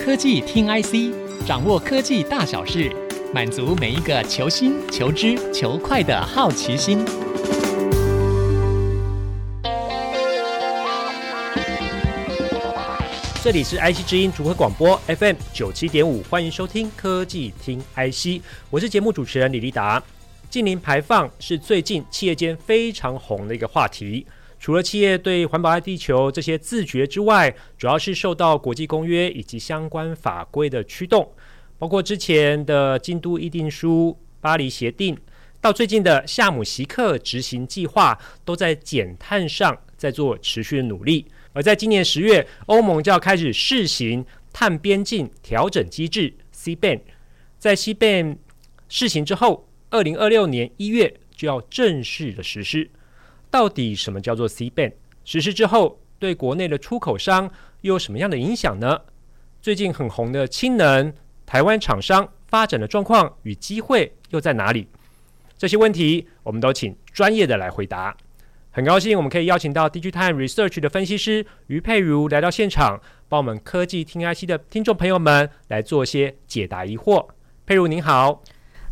科技听 IC，掌握科技大小事，满足每一个求新、求知、求快的好奇心。这里是 IC 之音主客广播 FM 九七点五，欢迎收听科技听 IC，我是节目主持人李立达。近零排放是最近企业间非常红的一个话题。除了企业对环保、爱地球这些自觉之外，主要是受到国际公约以及相关法规的驱动，包括之前的京都议定书、巴黎协定，到最近的夏姆席克执行计划，都在减碳上在做持续的努力。而在今年十月，欧盟就要开始试行碳边境调整机制 （CBAM）。在 CBAM 试行之后，二零二六年一月就要正式的实施。到底什么叫做 CBAM？实施之后，对国内的出口商又有什么样的影响呢？最近很红的氢能，台湾厂商发展的状况与机会又在哪里？这些问题，我们都请专业的来回答。很高兴我们可以邀请到 Digitime Research 的分析师于佩如来到现场，帮我们科技听 IC 的听众朋友们来做一些解答疑惑。佩如您好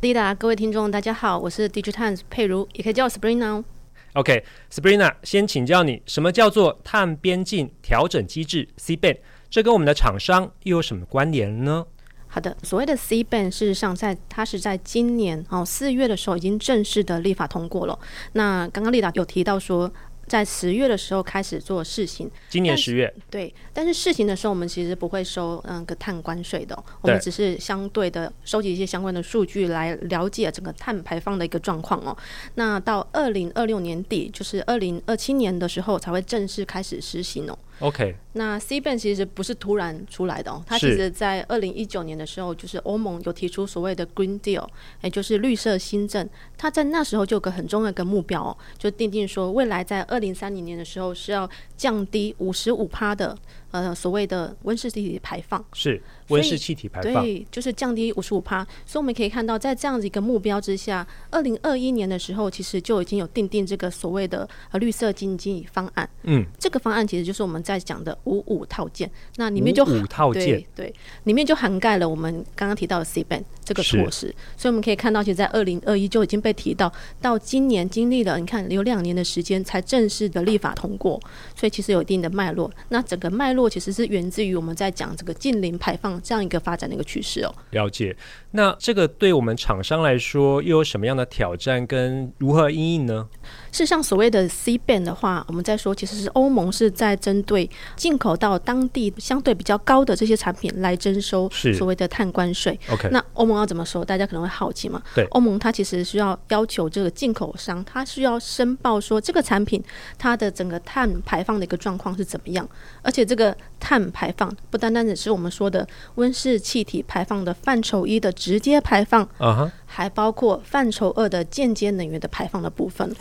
丽达，各位听众，大家好，我是 Digitimes 佩如，也可以叫我 Sabrina 哦。 ，OK，Sabrina，、先请教你，什么叫做碳边境调整机制 （CBAM）？这跟我们的厂商又有什么关联呢？好的，所谓的 C ban，事实上在它是在今年哦四月的时候已经正式的立法通过了。那刚刚丽达有提到说，在十月的时候开始做试行，今年但十月，对，但是试行的时候我们其实不会收嗯个碳关税的哦、我们对只是相对的收集一些相关的数据来了解整个碳排放的一个状况哦。那到二零二六年底，就是二零二七年的时候才会正式开始实行哦。 OK，那 C ban 其实不是突然出来的哦，它其是实在二零一九年的时候，就是欧盟有提出所谓的 Green Deal，也就是绿色新政。它在那时候就有个很重要的一个目标哦，就定定说未来在二零三零年的时候是要降低五十五趴的呃所谓的温室气体排放。是所以温室气体排放，对，就是降低五十五趴。所以我们可以看到，在这样子一个目标之下，二零二一年的时候，其实就已经有定定这个所谓的呃绿色经济方案。嗯，这个方案其实就是我们在讲的五五套件，那里面就五五套件对对，里面就涵盖了我们刚刚提到的 C ban 这个措施，所以我们可以看到，其实在二零二一就已经被提到，到今年经历了你看有两年的时间才正式的立法通过，所以其实有一定的脉络。那整个脉络其实是源自于我们在讲这个近零排放这样一个发展的一个趋势哦。了解。那这个对我们厂商来说又有什么样的挑战跟如何应应呢？事实上，所谓的 C ban 的话，我们在说，其实是欧盟是在针对进口到当地相对比较高的这些产品来征收是所谓的碳关税。 OK，那欧盟要怎么收？大家可能会好奇嘛。对欧盟它其实需要要求这个进口商，它需要申报说这个产品它的整个碳排放的一个状况是怎么样，而且这个碳排放不单单只是我们说的温室气体排放的范畴一的直接排放，啊哈，还包括范畴二的间接能源的排放的部分。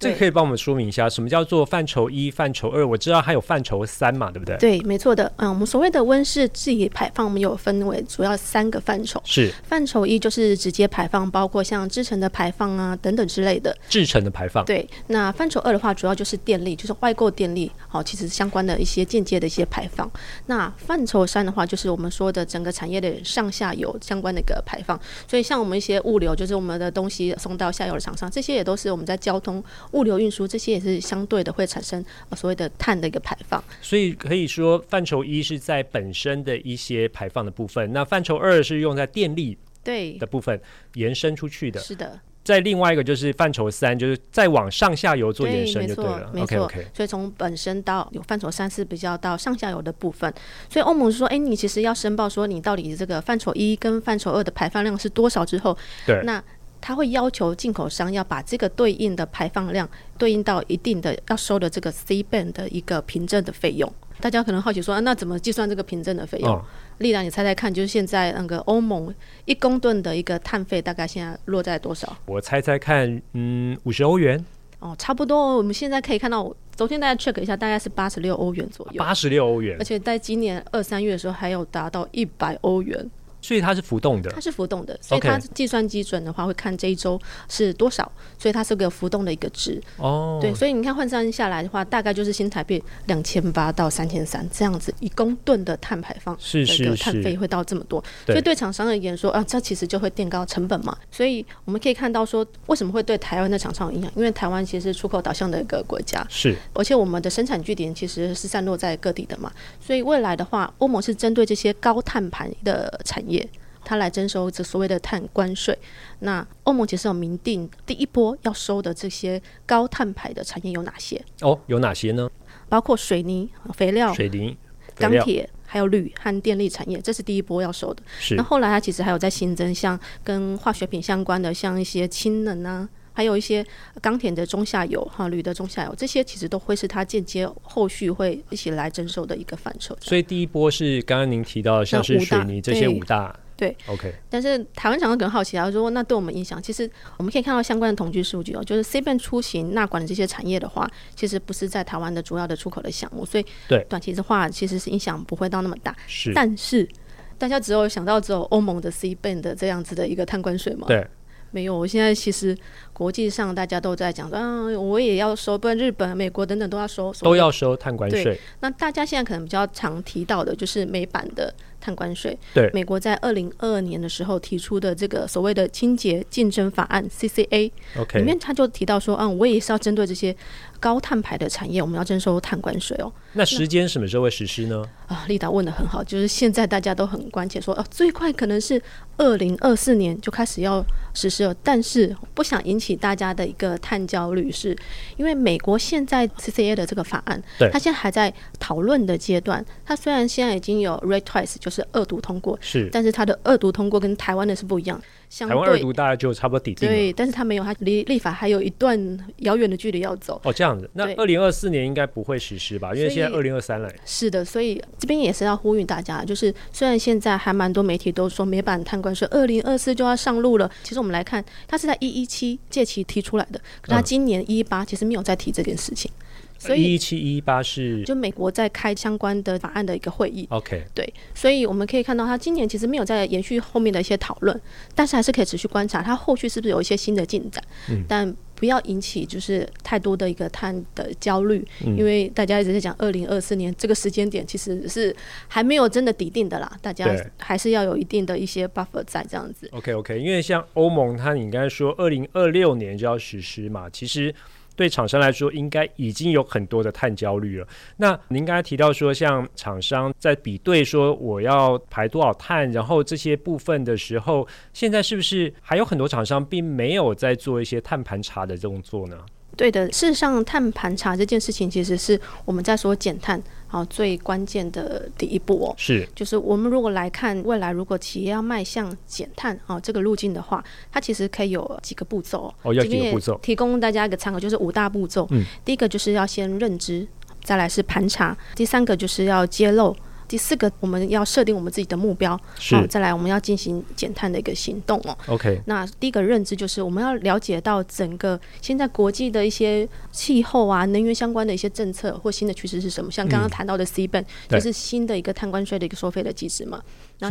这对个可以帮我们说明一下，什么叫做范畴一、范畴二？我知道还有范畴三嘛，对不对？对，没错的。嗯，我们所谓的温室气体排放，我们有分为主要三个范畴。是范畴一就是直接排放，包括像制成的排放啊等等之类的。制成的排放。对，那范畴二的话，主要就是电力，就是外购电力，好、其实相关的一些间接的一些排放。那范畴三的话，就是我们说的整个产业的上下游相关的一个排放。所以像我们一些物流，就是我们的东西送到下游的厂商，这些也都是我们在交通、物流运输，这些也是相对的会产生呃所谓的碳的一个排放。所以可以说，范畴一是在本身的一些排放的部分，那范畴二是用在电力对的，部分延伸出去的。是的。再另外一个就是范畴三，就是再往上下游做延伸没就错，了。没 OK 错。 OK，所以从本身到有范畴三是比较到上下游的部分，所以欧盟说，哎，你其实要申报说你到底这个范畴一跟范畴二的排放量是多少之后，对那。他会要求进口商要把这个对应的排放量对应到一定的要收的这个 C ban 的一个凭证的费用。大家可能好奇说，啊、那怎么计算这个凭证的费用？哦，丽兰，你猜猜看，就是现在那个欧盟一公吨的一个碳费大概现在落在多少？我猜猜看，嗯，五十欧元，哦，差不多。我们现在可以看到，昨天大家 check 一下，大概是八十六欧元左右，八十六欧元而。且在今年二三月的时候还有达到一百欧元。所以它是浮动的它。是浮动的，所以它 OK 计算基准的话会看这一周是多少，所以它是个浮动的一个值。哦，对，所以你看换算下来的话，大概就是新台币两千八到三千三这样子，一公吨的碳排放是的一个是碳费是，会到这么多，对所以对厂商而言说啊，这其实就会垫高成本嘛。所以我们可以看到说，为什么会对台湾的厂商有影响？因为台湾其实是出口导向的一个国家，是而且我们的生产据点其实是散落在各地的嘛。所以未来的话，欧盟是针对这些高碳盘的产业。它来征收这所谓的碳关税，那欧盟其实有明定第一波要收的这些高碳排的产业有哪些，哦，有哪些呢？包括水泥、肥料、水泥、肥哦钢料铁，还有铝和电力产业，这是第一波要收的。是那后来它其实还有在新增像跟化学品相关的，像一些氢能啊，还有一些钢铁的中下游哈、铝的中下游，这些其实都会是它间接后续会一起来征收的一个范畴。所以第一波是刚刚您提到的，像是那五大水泥这些对五大，对，OK，但是台湾厂商可能好奇啊，说那对我们影响，其实我们可以看到相关的统计数据哦，就是 C 边出行纳管的这些产业的话，其实不是在台湾的主要的出口的项目，所以对短期的话其实是影响不会到那么大。是，但是大家只有想到只有欧盟的 C band 的这样子的一个碳关税吗？对，没有。我现在其实国际上大家都在讲说，嗯、我也要收，不然日本、美国等等都要收，都。要收碳关对税，那大家现在可能比较常提到的就是美版的碳关税，对美国在二零二二年的时候提出的这个所谓的清洁竞争法案 （CCA） 里，OK。面，他就提到说，嗯，我也是要针对这些高碳排的产业，我们要征收碳关税哦。那时间什么时候会实施呢？啊，丽达问的很好，就是现在大家都很关切说，哦、最快可能是二零二四年就开始要实施了，但是不想引起大家的一个碳焦虑是，因为美国现在 CCA 的这个法案对，它现在还在讨论的阶段，它虽然现在已经有 red twice 就是二读通过，是但是它的二读通过跟台湾的是不一样，相台湾二对读大概就差不多抵定了。对，但是它没有，它离立法还有一段遥远的距离要走。哦，这样子，那对二零二四年应该不会实施吧？因为所以现在二零二三了，是的，所以这边也是要呼吁大家，就是虽然现在还蛮多媒体都说美版碳关税二零二四就要上路了，其实我们来看，它是在一一七借期提出来的，可是它嗯呃今年一八其实没有再提这件事情，所以一七一八是就美国在开相关的法案的一个会议， OK，对，所以我们可以看到它今年其实没有在延续后面的一些讨论，但是还是可以持续观察它后续是不是有一些新的进展，但不要引起就是太多的一个碳的焦虑，因为大家一直在讲二零二四年这个时间点其实是还没有真的底定的啦，大家对还是要有一定的一些 buffer 在这样子。 OK OK，因为像欧盟，它你刚才说二零二六年就要实施嘛，其实对厂商来说，应该已经有很多的碳焦虑了。那您刚才提到说，像厂商在比对说我要排多少碳，然后这些部分的时候，现在是不是还有很多厂商并没有在做一些碳盘查的动作呢？对的，事实上，碳盘查这件事情其实是我们在说减碳啊最关键的第一步哦。是就是我们如果来看未来，如果企业要迈向减碳啊、这个路径的话，它其实可以有几个步骤哦。哦要这边几个也步骤提供大家一个参考，就是五大步骤。嗯第一个就是要先认知，再来是盘查，第三个就是要揭露。第四个，我们要设定我们自己的目标，是哦再来我们要进行减碳的一个行动哦。 OK 那第一个认知就是我们要了解到整个现在国际的一些气候啊、能源相关的一些政策或新的趋势是什么。像刚刚谈到的 C b a n 对就是新的一个碳关税的一个收费的机制嘛。然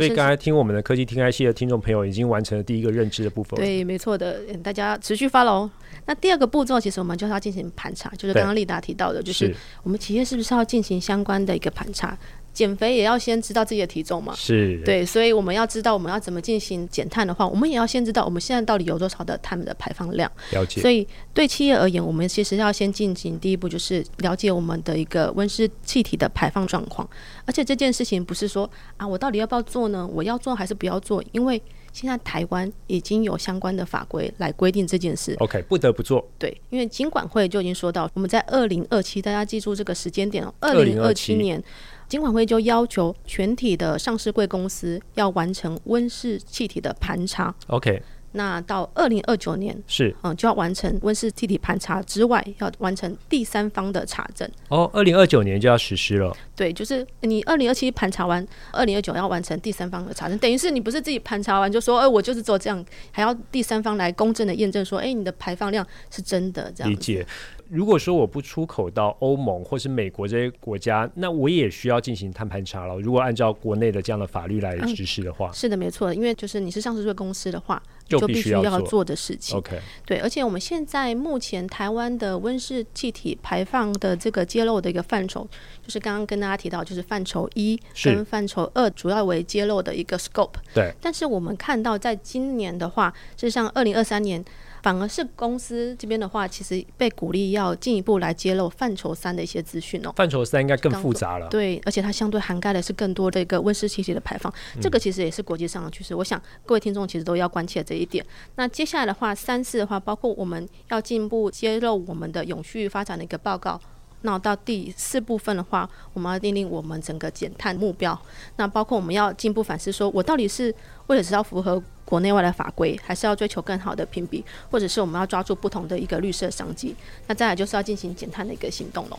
所后以甚刚至才听我们的科技听 IC 的听众朋友已经完成了第一个认知的部分。对，没错的，嗯大家持续 follow。那哦第二个步骤，其实我们就是要进行盘查，就是对刚刚丽达提到的，就是是我们企业是不是要进行相关的一个盘查？减肥也要先知道自己的体重嘛？是，对，所以我们要知道我们要怎么进行减碳的话，我们也要先知道我们现在到底有多少的碳的排放量。了解。所以对企业而言，我们其实要先进行第一步，就是了解我们的一个温室气体的排放状况。而且这件事情不是说啊，我到底要不要做呢？我要做还是不要做？因为现在台湾已经有相关的法规来规定这件事。 OK，不得不做。对，因为金管会就已经说到，我们在二零二七，大家记住这个时间点哦，二零二2027七年，金管会就要求全体的上市贵公司要完成温室气体的盘查。 OK，那到二零二九年，是。嗯，就要完成温室气体盘查之外，要完成第三方的查证。哦，二零二九年就要实施了。对，就是你二零二七盘查完，二零二九要完成第三方的查证，等于是你不是自己盘查完就说，哎、我就是做这样，还要第三方来公正的验证说，哎、你的排放量是真的这样理子。解。如果说我不出口到欧盟或是美国这些国家，那我也需要进行碳盘查了。如果按照国内的这样的法律来嗯实施的话、是的，没错，因为就是你是上市贵公司的话，就就必必须须要要做做的事情 o。k 对，而且我们现在目前台湾的温室气体排放的这个揭露的一个范畴，就是刚刚跟大家提到，就是范畴一是跟范畴二，主要为揭露的一个 scope。对。但是我们看到，在今年的话，事实上二零二三年。反而是公司这边的话，其实被鼓励要进一步来揭露范畴三的一些资讯哦。范畴三应该更复杂了。对，而且它相对涵盖的是更多的一个温室气体的排放，这个其实也是国际上的趋势。我想各位听众其实都要关切这一点。那接下来的话，三四的话，包括我们要进一步揭露我们的永续发展的一个报告。那到第四部分的话，我们要奠定我们整个减碳目标。那包括我们要进一步反思，说我到底是为了是要符合国内外的法规，还是要追求更好的评比，或者是我们要抓住不同的一个绿色商机？那再来就是要进行减碳的一个行动喽。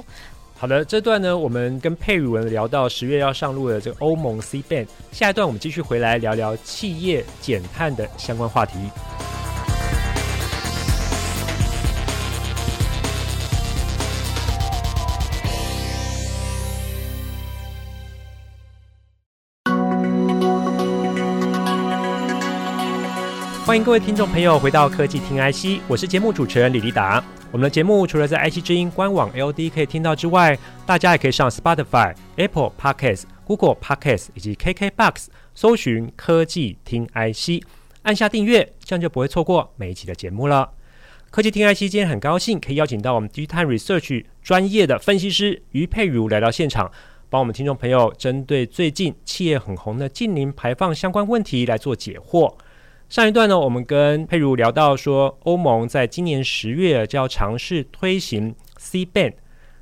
好的，这段呢，我们跟佩宇文聊到十月要上路的这个欧盟 C ban，下一段我们继续回来聊聊企业减碳的相关话题。欢迎各位听众朋友回到科技听 IC，我是节目主持人李立达。我们的节目除了在 IC 之音官网 LD 可以听到之外，大家也可以上 Spotify、Apple Podcasts、Google Podcasts 以及 KKBox 搜寻“科技听 IC”，按下订阅，这样就不会错过每一期的节目了。科技听 IC 今天很高兴可以邀请到我们低碳 Research 专业的分析师于佩如来到现场，帮我们听众朋友针对最近企业很红的近零排放相关问题来做解惑。上一段呢，我们跟佩如聊到说，欧盟在今年十月就要尝试推行 C ban。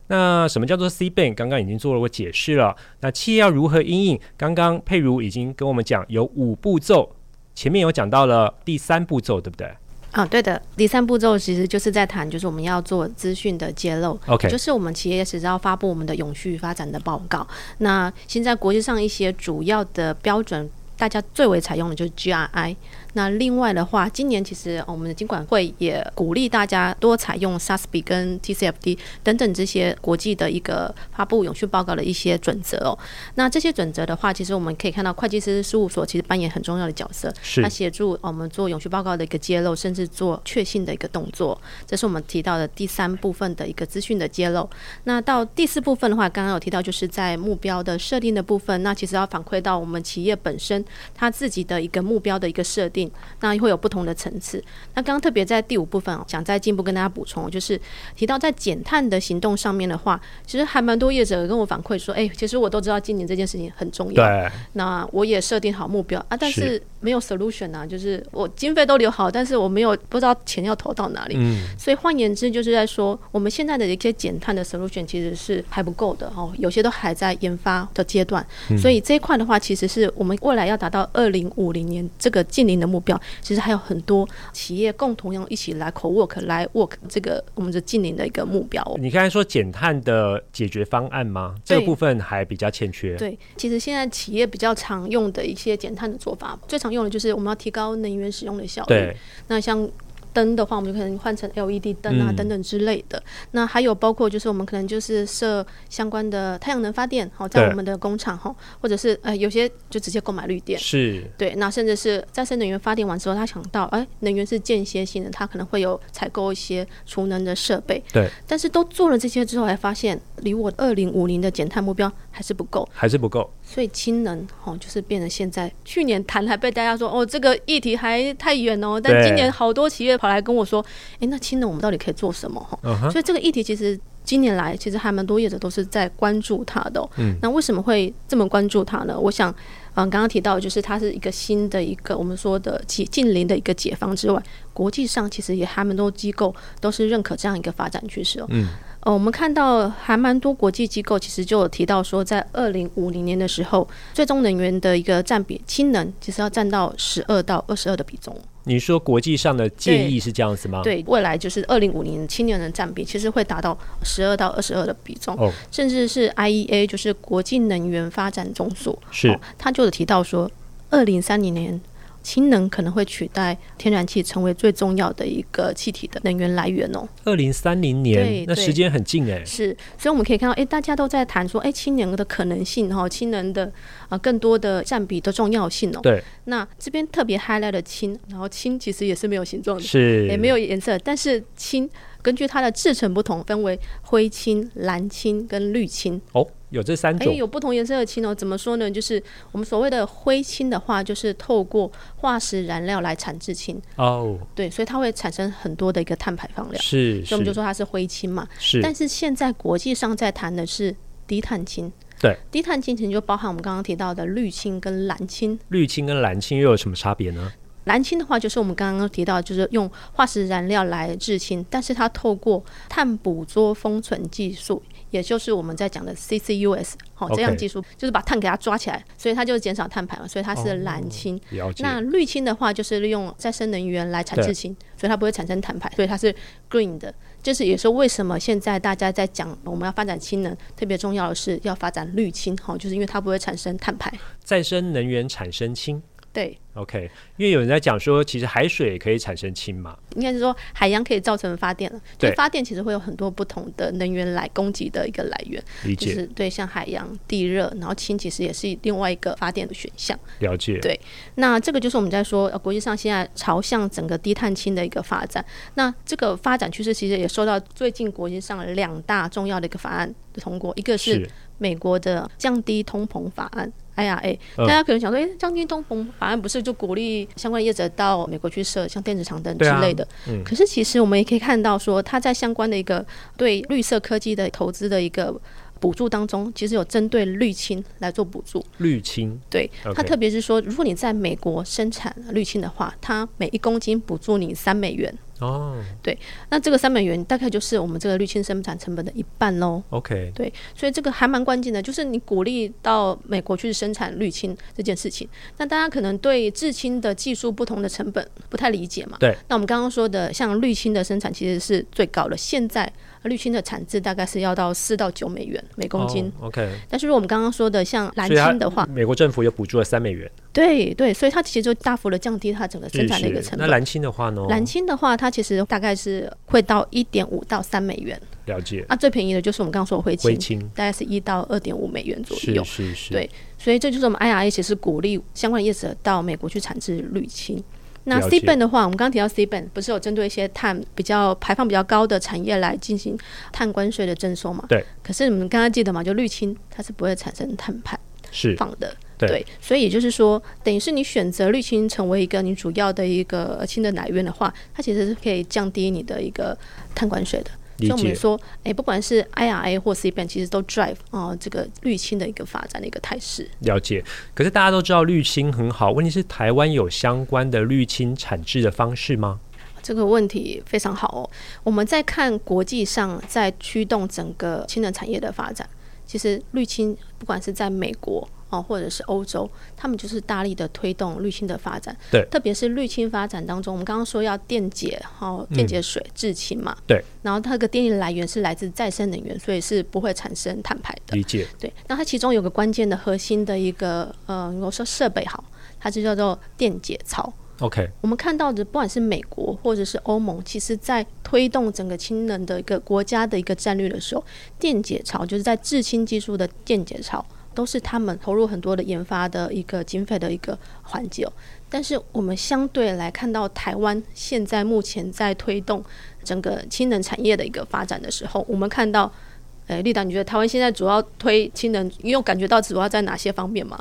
那什么叫做 C ban？刚刚已经做了过解释了。那企业要如何应应？刚刚佩如已经跟我们讲有五步骤，前面有讲到了第三步骤，对不对啊，对的，第三步骤其实就是在谈，就是我们要做资讯的揭露。 ？OK，就是我们企业只是要发布我们的永续发展的报告。那现在国际上一些主要的标准，大家最为采用的就是 GRI。那另外的话，今年其实呃我们的经管会也鼓励大家多采用 SASB 跟 TCFD 等等这些国际的一个发布永续报告的一些准则哦。那这些准则的话，其实我们可以看到会计师事务所其实扮演很重要的角色。是它协助我们做永续报告的一个揭露，甚至做确信的一个动作。这是我们提到的第三部分的一个资讯的揭露。那到第四部分的话，刚刚有提到就是在目标的设定的部分，那其实要反馈到我们企业本身它自己的一个目标的一个设定，那会有不同的层次。那刚刚特别在第五部分哦，想再进一步跟大家补充，就是提到在减碳的行动上面的话，其实还蛮多业者跟我反馈说，哎、其实我都知道今年这件事情很重要，对，那我也设定好目标啊，但是是没有 solution 啊，就是我经费都留好，但是我没有不知道钱要投到哪里。嗯，所以换言之，就是在说我们现在的一些减碳的 solution 其实是还不够的哦，有些都还在研发的阶段。嗯所以这一块的话，其实是我们未来要达到二零五零年这个近零的目标，其实还有很多企业共同要一起来 co work 来 work 这个我们的近零的一个目标哦。你刚才说减碳的解决方案吗？这对个部分还比较欠缺。对，其实现在企业比较常用的一些减碳的做法，最常用的就是我们要提高能源使用的效率。对，那像灯的话，我们就可能换成 LED 灯啊、嗯等等之类的。那还有包括就是我们可能就是设相关的太阳能发电，好、在对我们的工厂哈、或者是呃有些就直接购买绿电。是对，那甚至是再生能源发电完之后，他想到，哎，能源是间歇性的，他可能会有采购一些储能的设备。对，但是都做了这些之后，还发现离我二零五零的减碳目标还是不够。还是不够？所以氢能哦，就是变成现在去年谈还被大家说哦，这个议题还太远哦，但对今年好多企业跑来跟我说，诶，那氢能我们到底可以做什么？哦哈、嗯哼，所以这个议题其实今年来嗯其实还蛮多业者都是在关注它的哦、那为什么会这么关注它呢？我想。嗯，刚刚提到就是它是一个新的一个我们说的解近邻的一个解放之外，国际上其实也还蛮多机构都是认可这样一个发展趋势哦。嗯。呃，我们看到还蛮多国际机构其实就有提到说，在二零五零年的时候，最终能源的一个占比，氢能其实要占到十二到二十二的比重。你说国际上的建议是这样子吗？，对，未来就是二零五零青年人占比其实会达到十二到二十二的比重，哦，甚至是 IEA 就是国际能源发展总署，是哦，它就有提到说，二零三零年。氢能可能会取代天然气成为最重要的一个气体的能源来源哦。二零三零年对，那对时间很近哎。是，所以我们可以看到，诶，大家都在谈说，诶，氢能的可能性哈，氢能的呃更多的占比的重要性哦。对，那这边特别 highlight 了氢，然后氢其实也是没有形状的，是也没有颜色，但是氢根据它的制成不同，分为灰氢、蓝氢跟绿氢。哦，有这三诶，种哎有不同颜色的氢哦，怎么说呢？就是我们所谓的灰氢的话，就是透过化石燃料来产制氢，哦，对，所以它会产生很多的一个碳排放量，是所以我们就是说它是灰氢嘛。但是是现在国际上在谈的是低碳氢，对，低碳氢其实就包含我们刚刚提到的绿氢跟蓝氢。绿氢跟蓝氢又有什么差别呢？蓝氢的话，就是我们刚刚提到，就是用化石燃料来制氢，但是它透过碳捕捉封存技术，也就是我们在讲的 CCUS，好、这样 OK 技术就是把碳给它抓起来，所以它就减少碳排嘛，所以它是蓝氢。了解，那绿氢的话，就是利用再生能源来产对制氢，所以它不会产生碳排，所以它是 green 的。这是也是为什么现在大家在讲我们要发展氢能，特别重要的是要发展绿氢，哈，就是因为它不会产生碳排。再生能源产生氢。对， OK，因为有人在讲说，其实海水也可以产生氢嘛。应该是说海洋可以造成发电了，就对是发电其实会有很多不同的能源来供给的一个来源，理就解、是对像海洋、地热，然后氢其实也是另外一个发电的选项。了解，对那这个就是我们在说，呃，国际上现在朝向整个低碳氢的一个发展。那这个发展趋势其实也受到最近国际上两大重要的一个法案的通过，一个是是美国的降低通膨法案。IRA，嗯大家可能想说，诶，降低通膨法案不是就鼓励相关业者到美国去设像电子厂等之对啊类的？嗯可是其实我们也可以看到说，它在相关的一个对绿色科技的投资的一个补助当中，其实有针对绿氢来做补助。绿氢对， OK 它特别是说，如果你在美国生产滤清的话，它每一公斤补助你三美元。哦那这个三美元大概就是我们这个滤清生产成本的一半喽。 ，OK，对，所以这个还蛮关键的，就是你鼓励到美国去生产滤清这件事情。那大家可能对制氢的技术不同的成本不太理解嘛？对。那我们刚刚说的，像滤清的生产其实是最高的，现在滤清的产值大概是要到四到九美元每公斤。哦、OK，但是如果我们刚刚说的像蓝所以它嗯氢的话，美国政府又补助了三美元，对对，所以它其实就大幅的降低它整个生产的一个是是成那本。蓝氢的话呢？蓝氢的话，它其实大概是会到一点五到三美元，了解，那、最便宜的就是我们刚刚说的灰灰氢，氢大概是一到二点五美元左是右。是是，对所以这就是我们 IRA 其实鼓励相关的业者到美国去产制铝氢。那了 C 解 ban 的话，我们刚刚提到 C ban 不是有针对一些碳比较排放比较高的产业来进行碳关税的征收嘛？对。可是你们刚刚记得嘛，就氯氢它是不会产生碳排。是放的。对所以也就是说，等于是你选择绿氢成为一个你主要的一个呃氢的来源的话，它其实是可以降低你的一个碳关税的。理所以我解们。说，哎，不管是 IRA 或 CBAN，其实都 drive 啊、这个绿氢的一个发展的一个态势。了解，可是大家都知道绿氢很好，问题是台湾有相关的绿氢产制的方式吗？这个问题非常好哦。我们在看国际上在驱动整个氢能产业的发展，其实绿氢不管是在美国。哦，或者是欧洲，他们就是大力的推动绿氢的发展。对特别是绿氢发展当中，我们刚刚说要电解，哦，电解水制氢嘛。嗯对。然后它这个电力来源是来自再生能源，所以是不会产生碳排的。理解对，那它其中有个关键的核心的一个呃，我说设备好，它就叫做电解槽。 ，OK，我们看到的，不管是美国或者是欧盟，其实在推动整个氢能的一个国家的一个战略的时候，电解槽就是在制氢技术的电解槽，都是他们投入很多的研发的一个经费的一个环节、哦。但是我们相对来看到台湾现在目前在推动整个氢能产业的一个发展的时候，我们看到，呃，丽达，你觉得台湾现在主要推氢能，你有感觉到主要在哪些方面吗？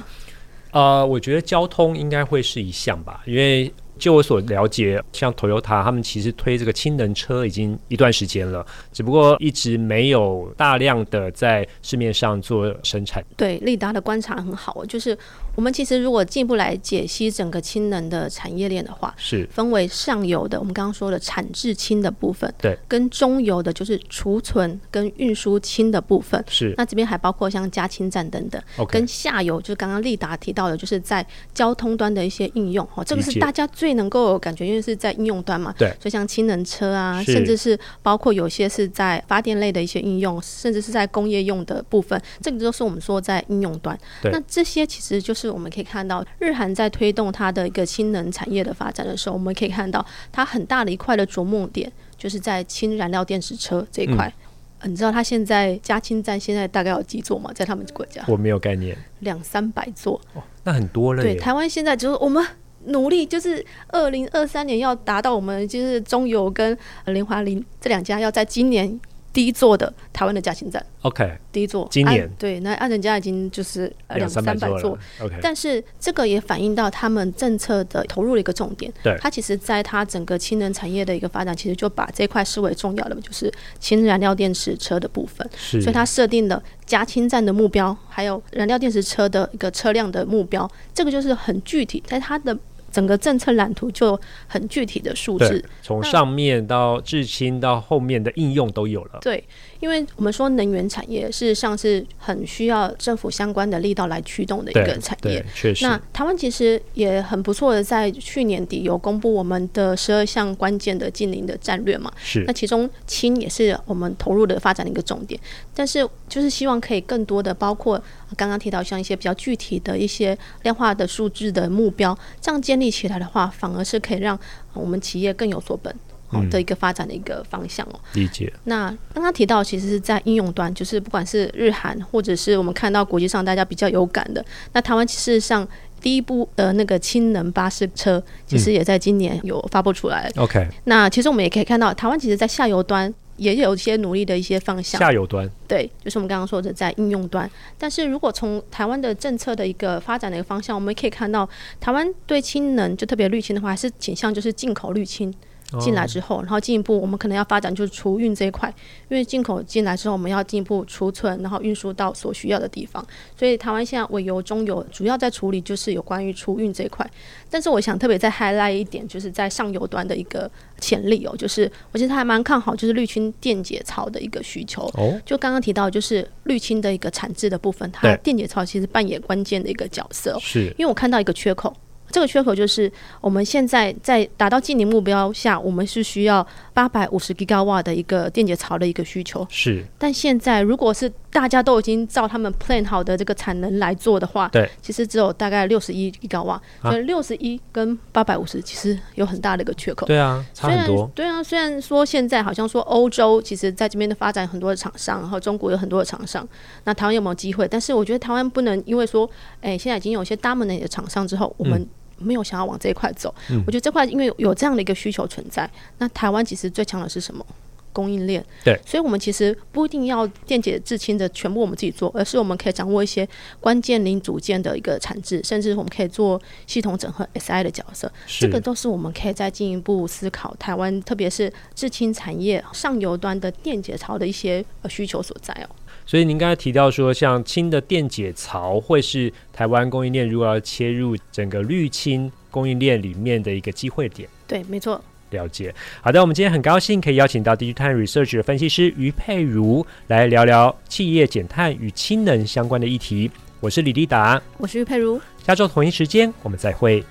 呃，我觉得交通应该会是一项吧，因为就我所了解，像 Toyota 他们其实推这个氢能车已经一段时间了，只不过一直没有大量的在市面上做生产。对，利达的观察很好哦，就是我们其实如果进一步来解析整个氢能的产业链的话，是分为上游的，我们刚刚说的产制氢的部分，对，跟中游的就是储存跟运输氢的部分。是那这边还包括像加氢站等等， ，OK，跟下游就是刚刚利达提到的，就是在交通端的一些应用哦，这个理是解大家最能够有感觉，因为是在应用端嘛。对所以像氢能车啊，是甚至是包括有些是在发电类的一些应用，甚至是在工业用的部分，这个都是我们说在应用端。对那这些其实就是我们可以看到，日韩在推动它的一个氢能产业的发展的时候，我们可以看到它很大的一块的着墨点，就是在氢燃料电池车这一块。嗯呃你知道它现在加氢站现在大概有几座吗？在他们国家？我没有概念，两三百座。那很多了对，耶，台湾现在就是我们努力，就是二零二三年要达到我们就是中油跟呃林华林这两家要在今年第一座的台湾的加氢站 OK，第一座。今年按对，那按人家已经就是呃两三三百百座了。，OK，但是这个也反映到他们政策的投入的一个重点。对它其实在它整个氢能产业的一个发展，其实就把这块视为重要的，就是氢燃料电池车的部分。是，所以它设定了加氢站的目标，还有燃料电池车的一个车辆的目标，这个就是很具体，在它的整个政策蓝图就很具体的数对字。，从那上面到至亲到后面的应用都有了，对，因为我们说能源产业事实上是很需要政府相关的力道来驱动的一对个产，业对。，确实，那台湾其实也很不错的，在去年底有公布我们的十二项关键的近邻的战略嘛，是那其中氢也是我们投入的发展的一个重点，但是就是希望可以更多的包括呃刚刚提到像一些比较具体的一些量化的数字的目标，这样建立起来的话，反而是可以让呃我们企业更有所本。哦嗯的一个发展的一个方向哦。理解，那刚刚提到，其实是在应用端，就是不管是日韩，或者是我们看到国际上大家比较有感的，那台湾事实上第一部的那个氢能巴士车，其实也在今年有发布出来了 OK，那其实我们也可以看到，台湾其实在下游端也有一些努力的一些方向，下游端对，就是我们刚刚说的在应用端。但是如果从台湾的政策的一个发展的一个方向，我们可以看到，台湾对氢能就特别绿氢的话，还是倾向就是进口绿氢。进来之后，然后进一步我们可能要发展就是储运这一块，因为进口进来之后，我们要进一步储存，然后运输到所需要的地方。所以台湾现在尾油、中油主要在处理就是有关于储运这一块。但是我想特别再 highlight 一点，就是在上游端的一个潜力哦，就是我觉得还蛮看好就是绿氢电解槽的一个需求。哦，就刚刚提到，就是绿氢的一个产制的部分，它对电解槽其实扮演关键的一个角色哦、是因为我看到一个缺口，这个缺口就是我们现在在达到近零目标下，我们是需要八百五十 g 瓦的一个电解槽的一个需求。是但现在如果是大家都已经照他们 plan 好的这个产能来做的话，对，其实只有大概六十一 g 瓦，啊所以六十一跟八百五十其实有很大的一个缺口。对啊，差哦虽然很多，对啊，虽然说现在好像说欧洲其实在这边的发展有很多的厂商，然后中国有很多的厂商，那台湾有没有机会？但是我觉得台湾不能因为说，哎、现在已经有一些 dominant 的厂商之后，我们、嗯没有想要往这一块走，我觉得这块因为有有这样的一个需求存在，那台湾其实最强的是什么？供应链。对所以我们其实不一定要电解制氢的全部我们自己做，而是我们可以掌握一些关键零组件的一个产制，甚至我们可以做系统整合 SI 的角色。是这个都是我们可以再进一步思考台湾，特别是制氢产业上游端的电解槽的一些呃需求所在哦。所以您刚才提到说，像氢的电解槽会是台湾供应链如何切入整个绿氢供应链里面的一个机会点。对，没错，了解，好的，我们今天很高兴可以邀请到 Digitime Research 的分析师于佩如来聊聊企业减碳与氢能相关的议题。我是李立达，我是玉佩如。下周同一时间我们再会。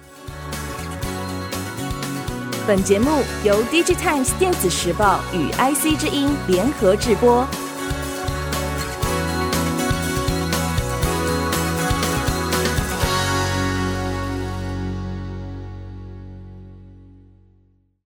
本节目由 DigiTimes 电子时报与 IC 之音联合制播，